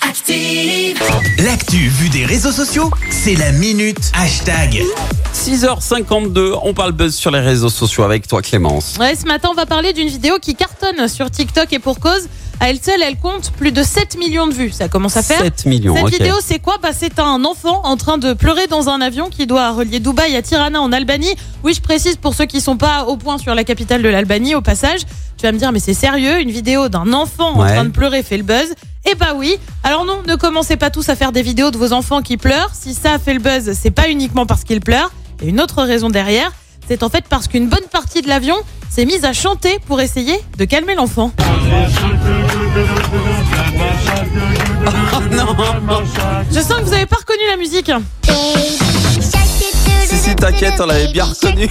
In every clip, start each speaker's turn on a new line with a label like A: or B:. A: Active.
B: L'actu vue des réseaux sociaux, c'est la minute hashtag.
C: 6h52, on parle buzz sur les réseaux sociaux avec toi Clémence.
D: Ouais, ce matin, on va parler d'une vidéo qui cartonne sur TikTok et pour cause. À elle seule, elle compte plus de 7 millions de vues. Ça commence à faire.
C: 7 millions,
D: Cette
C: ok.
D: vidéo, c'est quoi bah, C'est un enfant en train de pleurer dans un avion qui doit relier Dubaï à Tirana en Albanie. Oui, je précise pour ceux qui sont pas au point sur la capitale de l'Albanie, au passage, tu vas me dire, mais c'est sérieux Une vidéo d'un enfant en
C: Ouais.
D: train de pleurer fait le buzz Eh bah oui Alors non, ne commencez pas tous à faire des vidéos de vos enfants qui pleurent. Si ça fait le buzz, c'est pas uniquement parce qu'ils pleurent. Il y a une autre raison derrière. C'est en fait parce qu'une bonne partie de l'avion s'est mise à chanter pour essayer de calmer l'enfant. Je sens que vous avez pas reconnu la musique.
C: Si, si, t'inquiète, on l'avait bien reconnu.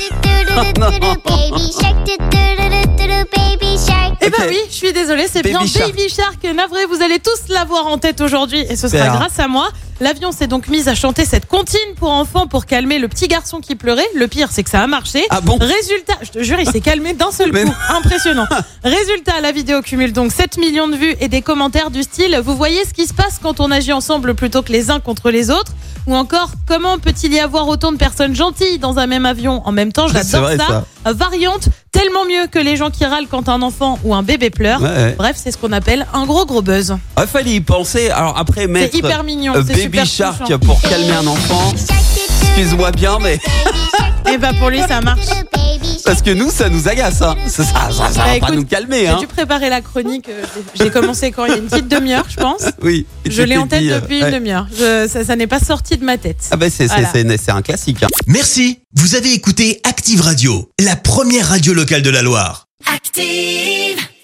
D: Eh ben
C: Ok.
D: oui, je suis désolée, c'est
C: Baby
D: bien
C: Shark.
D: Baby Shark. Navré, vous allez tous l'avoir en tête aujourd'hui et ce sera
C: Super.
D: grâce à moi. L'avion s'est donc mise à chanter cette comptine pour enfants pour calmer le petit garçon qui pleurait. Le pire, c'est que ça a marché.
C: Ah bon
D: Résultat, je te jure, il s'est calmé d'un seul
C: Mais
D: coup. Impressionnant. Résultat, la vidéo cumule donc 7 millions de vues et des commentaires du style Vous voyez ce qui se passe quand on agit ensemble plutôt que les uns contre les autres Ou encore, comment peut-il y avoir autant de personnes gentilles dans un même avion En même temps,
C: C'est
D: j'adore
C: vrai,
D: ça. Variante, tellement mieux que les gens qui râlent quand un enfant ou un bébé pleure.
C: Ouais, ouais.
D: Bref, c'est ce qu'on appelle un gros gros buzz.
C: Ah, fallait y penser. Alors après mettre
D: C'est hyper mignon,
C: euh,
D: c'est super
C: Baby Shark
D: touchant.
C: pour calmer un enfant. Excuse-moi bien, mais
D: Et bah pour lui, ça marche.
C: parce que nous, ça nous agace. hein. Ça, ça, ça, ça
D: Bah,
C: va pas
D: écoute,
C: nous calmer.
D: J'ai
C: Hein.
D: dû préparer la chronique. euh, J'ai commencé quand Il y a une petite demi-heure, je pense.
C: Oui. et
D: Je
C: tu
D: l'ai en
C: t'es
D: tête
C: dit, euh,
D: depuis
C: ouais.
D: une demi-heure. Je- Ça, ça n'est pas sorti de ma tête.
C: Ah ben c'est c'est-
D: Voilà.
C: c'est une- c'est un classique. hein.
B: Merci, vous avez écouté Active Radio, la première radio locale de la Loire.
A: Active.